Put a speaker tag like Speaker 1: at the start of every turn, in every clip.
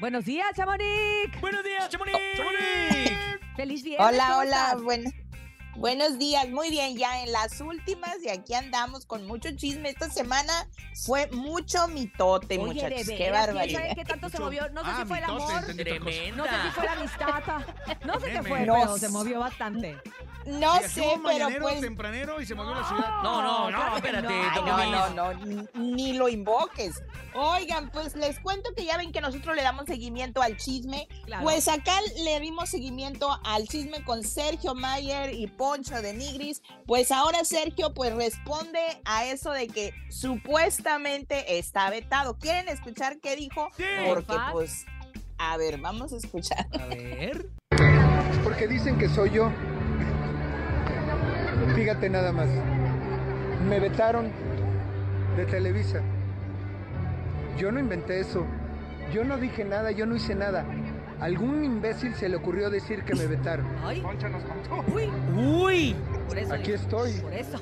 Speaker 1: Buenos días, Chamonix.
Speaker 2: Buenos días, Chamonix.
Speaker 1: Feliz viernes.
Speaker 3: Hola,
Speaker 1: ¿cómo
Speaker 3: hola,
Speaker 1: estás?
Speaker 3: buen- buenos días, muy bien, ya en las últimas y aquí andamos con mucho chisme. Esta semana fue mucho
Speaker 1: Oye, de
Speaker 3: mitote, muchachos,
Speaker 1: veras,
Speaker 3: qué
Speaker 1: ¿quién
Speaker 3: barbaridad.
Speaker 1: sabe qué tanto se
Speaker 4: Mucho-
Speaker 1: movió? No sé
Speaker 4: Ah,
Speaker 1: si fue el
Speaker 4: mi tos,
Speaker 1: amor,
Speaker 4: entendí otra cosa.
Speaker 1: no sé si
Speaker 2: Tremenda.
Speaker 1: fue la amistad, ah, no sé qué fue,
Speaker 3: No
Speaker 1: pero
Speaker 3: sé.
Speaker 1: se movió bastante.
Speaker 3: No
Speaker 4: Y así
Speaker 3: sé,
Speaker 4: hubo
Speaker 3: Ah, pero
Speaker 4: mañanero,
Speaker 3: pues...
Speaker 4: tempranero y se movió la ciudad.
Speaker 2: No, no, no,
Speaker 1: claro que
Speaker 2: espérate,
Speaker 3: Ay,
Speaker 2: Don Tomás.
Speaker 3: no, no, no, ni, ni lo invoques. Oigan, pues les cuento que ya ven que nosotros le damos seguimiento al chisme.
Speaker 1: Claro.
Speaker 3: Pues acá le dimos seguimiento al chisme con Sergio Mayer y Poncho de Nigris. Pues ahora Sergio pues responde a eso de que supuestamente está vetado. ¿Quieren escuchar qué dijo?
Speaker 2: Sí.
Speaker 3: Porque
Speaker 1: Porfa.
Speaker 3: pues, a ver, vamos a escuchar.
Speaker 2: A ver.
Speaker 5: Porque dicen que soy yo. Fíjate nada más. Me vetaron de Televisa. Yo no inventé eso. Yo no dije nada, yo no hice nada. Algún imbécil se le ocurrió decir que me vetaron.
Speaker 1: Ay,
Speaker 4: Concha nos contó.
Speaker 1: uy,
Speaker 2: Uy.
Speaker 1: por eso.
Speaker 5: Aquí
Speaker 1: le-
Speaker 5: estoy.
Speaker 1: Por eso.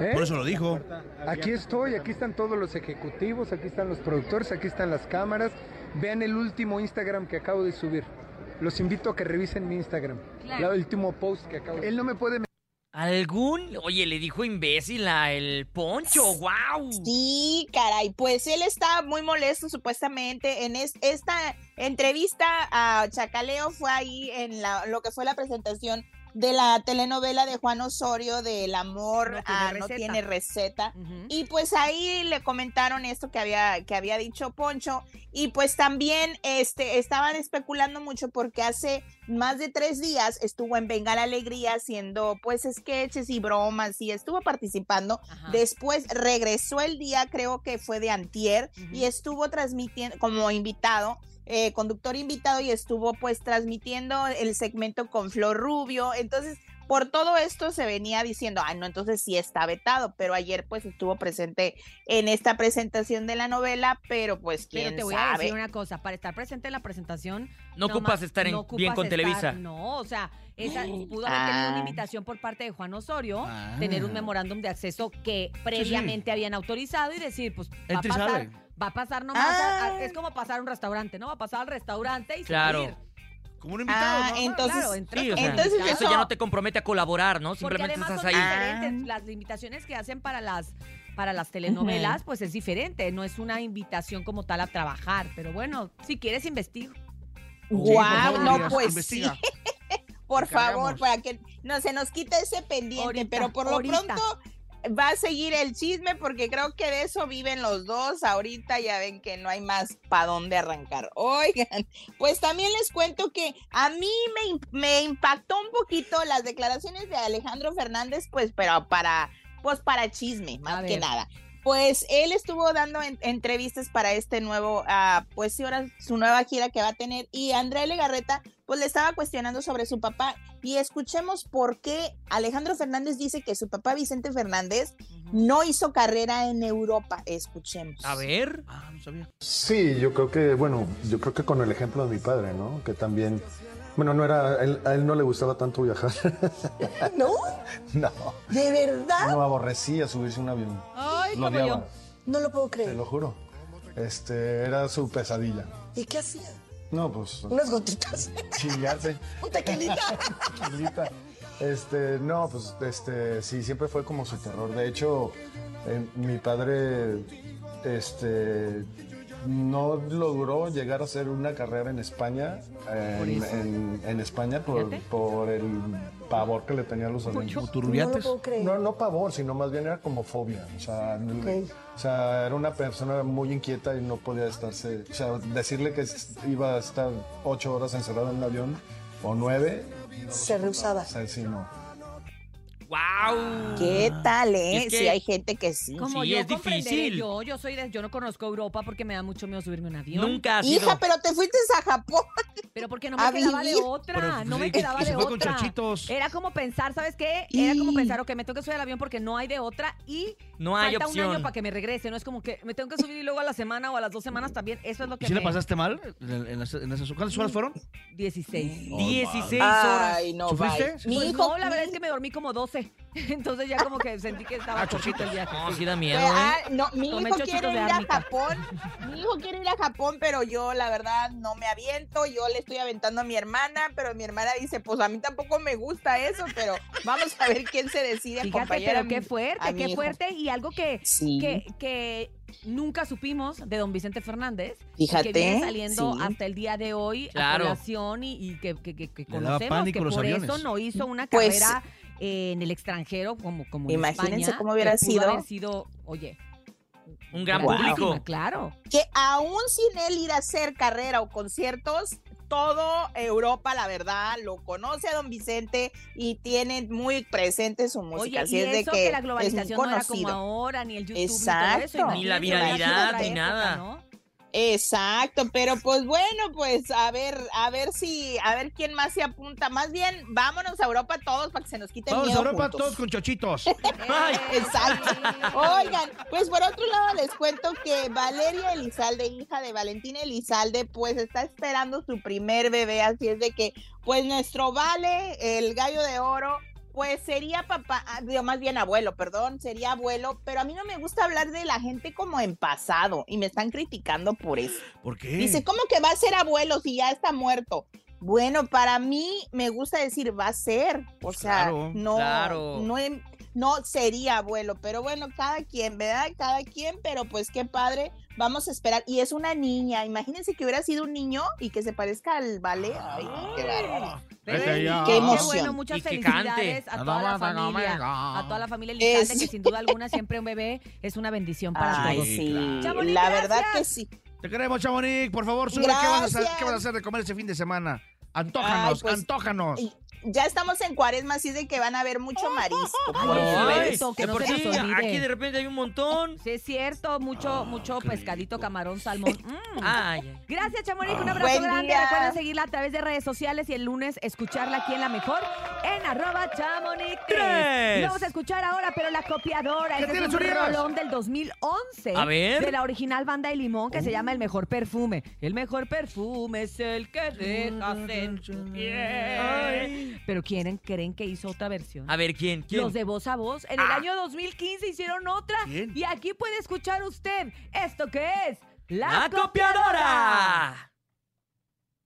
Speaker 5: ¿eh?
Speaker 6: Por eso lo dijo.
Speaker 5: Aquí estoy, aquí están todos los ejecutivos, aquí están los productores, aquí están las cámaras. Vean el último Instagram que acabo de subir. Los invito a que revisen mi Instagram. El último post que acabo de Él no me puede
Speaker 2: ¿Algún? Oye, le dijo imbécil a el Poncho. ¡Wow!
Speaker 3: Sí, caray, pues él está muy molesto supuestamente en es- esta entrevista a Chacaleo fue ahí en la, lo que fue la presentación de la telenovela de Juan Osorio del amor
Speaker 1: No tiene
Speaker 3: a no
Speaker 1: receta.
Speaker 3: tiene receta.
Speaker 1: Ujú.
Speaker 3: Y pues ahí le comentaron esto que había, que había dicho Poncho. Y pues también este, estaban especulando mucho porque hace más de tres días estuvo en Venga la Alegría haciendo pues sketches y bromas y estuvo participando.
Speaker 1: Ajá.
Speaker 3: Después regresó el día, creo que fue de antier,
Speaker 1: Ujú.
Speaker 3: y estuvo transmitiendo como invitado, eh, conductor invitado, y estuvo pues transmitiendo el segmento con Flor Rubio. Entonces, por todo esto se venía diciendo, ah, no, entonces sí está vetado, pero ayer pues estuvo presente en esta presentación de la novela, pero pues quién
Speaker 1: Pero te voy a
Speaker 3: sabe.
Speaker 1: decir una cosa, para estar presente en la presentación...
Speaker 2: No ocupas
Speaker 1: ma-
Speaker 2: estar en-
Speaker 1: no
Speaker 2: bien
Speaker 1: ocupas
Speaker 2: con
Speaker 1: estar-
Speaker 2: Televisa.
Speaker 1: No, o sea, esa, pudo haber tenido una
Speaker 3: Ah.
Speaker 1: invitación por parte de Juan Osorio,
Speaker 6: Ah.
Speaker 1: tener un memorándum de acceso que previamente habían autorizado y decir, pues va a
Speaker 2: Entre
Speaker 1: pasar,
Speaker 2: sabe.
Speaker 1: va a pasar nomás, a- a-
Speaker 3: Ah.
Speaker 1: es como pasar a un restaurante, ¿no? Va a pasar al restaurante y
Speaker 2: Claro.
Speaker 1: salir.
Speaker 6: Como un invitado.
Speaker 3: Ah,
Speaker 6: ¿no?
Speaker 3: entonces,
Speaker 1: claro, entras
Speaker 2: Sí, o
Speaker 1: como
Speaker 2: sea,
Speaker 3: Entonces
Speaker 1: invitado.
Speaker 2: eso ya no te compromete a colaborar, ¿no?
Speaker 1: Porque
Speaker 2: Simplemente
Speaker 1: además
Speaker 2: estás
Speaker 1: son
Speaker 2: ahí.
Speaker 1: diferentes. Las limitaciones que hacen para las para las telenovelas, pues es diferente. No es una invitación como tal a trabajar. Pero bueno, si quieres investigo.
Speaker 6: Sí, por
Speaker 3: Guau,
Speaker 6: favor,
Speaker 3: no,
Speaker 6: Elías,
Speaker 3: pues
Speaker 6: investiga.
Speaker 3: sí. Por favor,
Speaker 6: encargamos.
Speaker 3: para que no se nos quite ese pendiente,
Speaker 1: Ahorita,
Speaker 3: pero por lo
Speaker 1: ahorita.
Speaker 3: pronto va a seguir el chisme porque creo que de eso viven los dos. Ahorita ya ven que no hay más para dónde arrancar. Oigan, pues también les cuento que a mí me, im- me impactó un poquito las declaraciones de Alejandro Fernández, pues, pero para, pues, para chisme, más que
Speaker 1: ver.
Speaker 3: nada. Pues él estuvo dando en- entrevistas para este nuevo, ah, pues sí, ahora su nueva gira que va a tener. Y Andrea Legarreta, pues le estaba cuestionando sobre su papá. Y escuchemos por qué Alejandro Fernández dice que su papá Vicente Fernández no hizo carrera en Europa. Escuchemos.
Speaker 2: A ver.
Speaker 6: Ah, no sabía.
Speaker 7: Sí, yo creo que, bueno, yo creo que con el ejemplo de mi padre, ¿no? Que también, bueno, no era, él- a él no le gustaba tanto viajar.
Speaker 3: ¿No?
Speaker 7: no,
Speaker 3: ¿De verdad?
Speaker 7: no aborrecía subirse a un avión.
Speaker 1: Ay,
Speaker 7: Lo
Speaker 1: como yo.
Speaker 7: odiaba,
Speaker 3: No lo puedo
Speaker 7: te lo juro. Este, era su pesadilla.
Speaker 3: ¿Y qué hacía?
Speaker 7: No, pues,
Speaker 3: Unas gotitas,
Speaker 7: chingarse.
Speaker 3: un tequilita.
Speaker 7: Chiquita. Este, no, pues, este, sí, siempre fue como su terror. De hecho, eh, mi padre, este, no logró llegar a hacer una carrera en España, eh,
Speaker 2: Por
Speaker 7: en,
Speaker 2: eso.
Speaker 7: en- en España, por,
Speaker 1: Fíjate.
Speaker 7: por el pavor que le tenía a los aviones.
Speaker 6: Como turbiates.
Speaker 7: No, no pavor, sino más bien era como fobia. O sea, el- o sea, era una persona muy inquieta y no podía estarse. O sea, decirle que s- iba a estar ocho horas encerrado en un avión o nueve. Se rehusaba. O sea, sí, no.
Speaker 2: ¡Wow!
Speaker 3: ¿Qué tal, eh?
Speaker 2: Es que-
Speaker 3: Sí, hay gente que sí.
Speaker 1: Como
Speaker 2: Sí,
Speaker 1: yo
Speaker 2: es
Speaker 1: comprenderé,
Speaker 2: difícil.
Speaker 1: Yo, yo soy de- yo no conozco Europa porque me da mucho miedo subirme a un avión.
Speaker 2: Nunca ha sido.
Speaker 3: Hija, pero te fuiste a Japón.
Speaker 1: Pero porque no me
Speaker 3: A
Speaker 1: quedaba de
Speaker 3: vivir.
Speaker 1: otra,
Speaker 6: Pero, pues,
Speaker 1: no
Speaker 6: sí,
Speaker 1: me quedaba
Speaker 6: y se
Speaker 1: de
Speaker 6: fue con
Speaker 1: otra.
Speaker 6: chochitos.
Speaker 1: Era como pensar, ¿sabes qué? Era como
Speaker 3: Y-
Speaker 1: pensar, ok, me tengo que subir al avión porque no hay de otra y
Speaker 2: No hay
Speaker 1: falta un año
Speaker 2: opción.
Speaker 1: para que me regrese. No es como que me tengo que subir y luego a la semana o a las dos semanas también. Eso es lo
Speaker 6: ¿Y
Speaker 1: que
Speaker 6: si
Speaker 1: me...
Speaker 6: la pasaste mal? ¿En, en las- en esas- ¿Cuántas horas fueron?
Speaker 1: 16.
Speaker 6: Oh,
Speaker 2: 16 horas.
Speaker 3: Ay, no,
Speaker 6: ¿Sufriste?
Speaker 3: bye. Mi
Speaker 1: Pues
Speaker 3: hijo,
Speaker 1: no, la verdad
Speaker 3: mi-
Speaker 1: es que me dormí como 12. viaje. Entonces ya como que sentí que
Speaker 6: Ah,
Speaker 1: estaba cortito el viaje.
Speaker 2: No,
Speaker 1: sí.
Speaker 2: sí da miedo,
Speaker 3: Ah,
Speaker 2: ¿eh?
Speaker 3: no, mi
Speaker 1: Tomé
Speaker 3: hijo
Speaker 1: chochitos
Speaker 3: quiere
Speaker 1: de
Speaker 3: ir a
Speaker 1: árnica.
Speaker 3: Japón. Mi hijo quiere ir a Japón, pero yo la verdad no me aviento. Yo le estoy aventando a mi hermana, pero mi hermana dice, pues a mí tampoco me gusta eso, pero vamos a ver quién se decide. a
Speaker 1: Fíjate,
Speaker 3: acompañar a
Speaker 1: pero
Speaker 3: mi-
Speaker 1: qué
Speaker 3: a
Speaker 1: fuerte,
Speaker 3: mi
Speaker 1: qué
Speaker 3: hijo.
Speaker 1: fuerte. Y algo que,
Speaker 3: Sí,
Speaker 1: que, que nunca supimos de don Vicente Fernández,
Speaker 3: fíjate.
Speaker 1: que viene saliendo
Speaker 3: sí.
Speaker 1: hasta el día de hoy
Speaker 2: Claro.
Speaker 1: a colación y, y que, que- que- que
Speaker 6: Le daba
Speaker 1: conocemos que
Speaker 6: pánico los
Speaker 1: por eso
Speaker 6: aviones.
Speaker 1: no hizo una
Speaker 3: Pues-
Speaker 1: carrera eh, en el extranjero como, como en
Speaker 3: Imagínense
Speaker 1: España,
Speaker 3: cómo
Speaker 1: que
Speaker 3: hubiera
Speaker 1: pudo
Speaker 3: sido.
Speaker 1: haber sido, oye,
Speaker 2: Un gran
Speaker 3: Wow.
Speaker 2: público.
Speaker 1: Claro.
Speaker 3: que aún sin él ir a hacer carrera o conciertos, todo Europa, la verdad, lo conoce a don Vicente y tienen muy presente su música.
Speaker 1: Oye,
Speaker 3: así
Speaker 1: y
Speaker 3: es de
Speaker 1: eso
Speaker 3: que,
Speaker 1: la
Speaker 3: es muy
Speaker 1: globalización no era como
Speaker 3: conocido.
Speaker 1: ahora, ni el YouTube, ni todo
Speaker 3: Exacto.
Speaker 1: eso.
Speaker 2: Ni la
Speaker 1: imagínate, era
Speaker 2: viralidad,
Speaker 1: otra
Speaker 2: ni nada.
Speaker 1: ¿no?
Speaker 3: Exacto, pero pues bueno, pues a ver, a ver si, a ver quién más se apunta. Más bien, vámonos a Europa todos para que se nos quite el
Speaker 6: Ah, Vamos a
Speaker 3: miedo
Speaker 6: Europa
Speaker 3: juntos.
Speaker 6: todos con chochitos.
Speaker 2: Ay,
Speaker 1: Eh,
Speaker 3: Exacto.
Speaker 1: sí.
Speaker 3: Oigan, pues por otro lado les cuento que Valeria Elizalde, hija de Valentina Elizalde, pues está esperando su primer bebé, así es de que, pues nuestro Vale, el gallo de oro, pues sería papá, ah, digo, más bien abuelo, perdón, sería abuelo, pero a mí no me gusta hablar de la gente como en pasado y me están criticando por eso.
Speaker 6: ¿Por qué?
Speaker 3: Dice, ¿cómo que va a ser abuelo si ya está muerto? Bueno, para mí me gusta decir va a ser, o
Speaker 6: Pues
Speaker 3: sea,
Speaker 6: claro,
Speaker 3: no,
Speaker 2: claro.
Speaker 3: no, em- no sería abuelo, pero bueno, cada quien, ¿verdad? Cada quien, pero pues qué padre, vamos a esperar. Y es una niña, imagínense que hubiera sido un niño y que se parezca al ballet. Ay,
Speaker 6: Ah.
Speaker 3: qué bárbaro.
Speaker 6: Vete allá.
Speaker 3: qué emoción.
Speaker 1: bueno, muchas
Speaker 2: Y que
Speaker 1: felicidades a toda la familia. A toda la familia Elizalde,
Speaker 3: Es-
Speaker 1: que sin duda alguna siempre un bebé es una bendición para
Speaker 3: Ay,
Speaker 1: todos.
Speaker 6: sí,
Speaker 3: sí,
Speaker 6: claro.
Speaker 1: Chamonix,
Speaker 3: la verdad que
Speaker 1: gracias.
Speaker 3: sí.
Speaker 6: Te queremos, Chamonix. Por favor, sube. ¿Qué vas, a hacer,
Speaker 3: Gracias.
Speaker 6: ¿Qué vas a hacer de comer este fin de semana? Antójanos,
Speaker 3: Ay, pues,
Speaker 6: antójanos.
Speaker 3: y- Ya estamos en cuaresma, así es de que van a haber mucho marisco.
Speaker 1: Ay,
Speaker 3: por
Speaker 1: es
Speaker 3: ustedes.
Speaker 1: cierto, que
Speaker 2: de
Speaker 1: no
Speaker 2: por
Speaker 1: se nos
Speaker 2: sí,
Speaker 1: olvide.
Speaker 2: aquí de repente hay un montón.
Speaker 1: Sí, es cierto, mucho,
Speaker 6: Ah,
Speaker 1: mucho
Speaker 6: qué
Speaker 1: pescadito,
Speaker 6: rico.
Speaker 1: camarón, salmón. Mm.
Speaker 2: Ay, ay.
Speaker 1: Gracias, Chamonix. Un abrazo
Speaker 3: Buen
Speaker 1: grande.
Speaker 3: día.
Speaker 1: Recuerden seguirla a través de redes sociales y el lunes escucharla aquí en La Mejor, en arroba Chamonix.
Speaker 2: Tres.
Speaker 1: Y vamos a escuchar ahora, pero la copiadora. Este
Speaker 6: ¿Qué
Speaker 1: es
Speaker 6: tienes,
Speaker 1: un
Speaker 6: Urias?
Speaker 1: rolón del 2011.
Speaker 2: A ver. Oh.
Speaker 1: De la original banda de limón que se llama El Mejor Perfume. El mejor perfume es el que dejas en tu piel. Pero ¿quieren, creen que hizo otra versión?
Speaker 2: A ver, ¿quién? ¿Quién?
Speaker 1: Los de voz a voz. En el
Speaker 2: Ah.
Speaker 1: año 2015 hicieron otra.
Speaker 6: ¿Quién?
Speaker 1: Y aquí puede escuchar usted esto que es
Speaker 2: ¡La copiadora!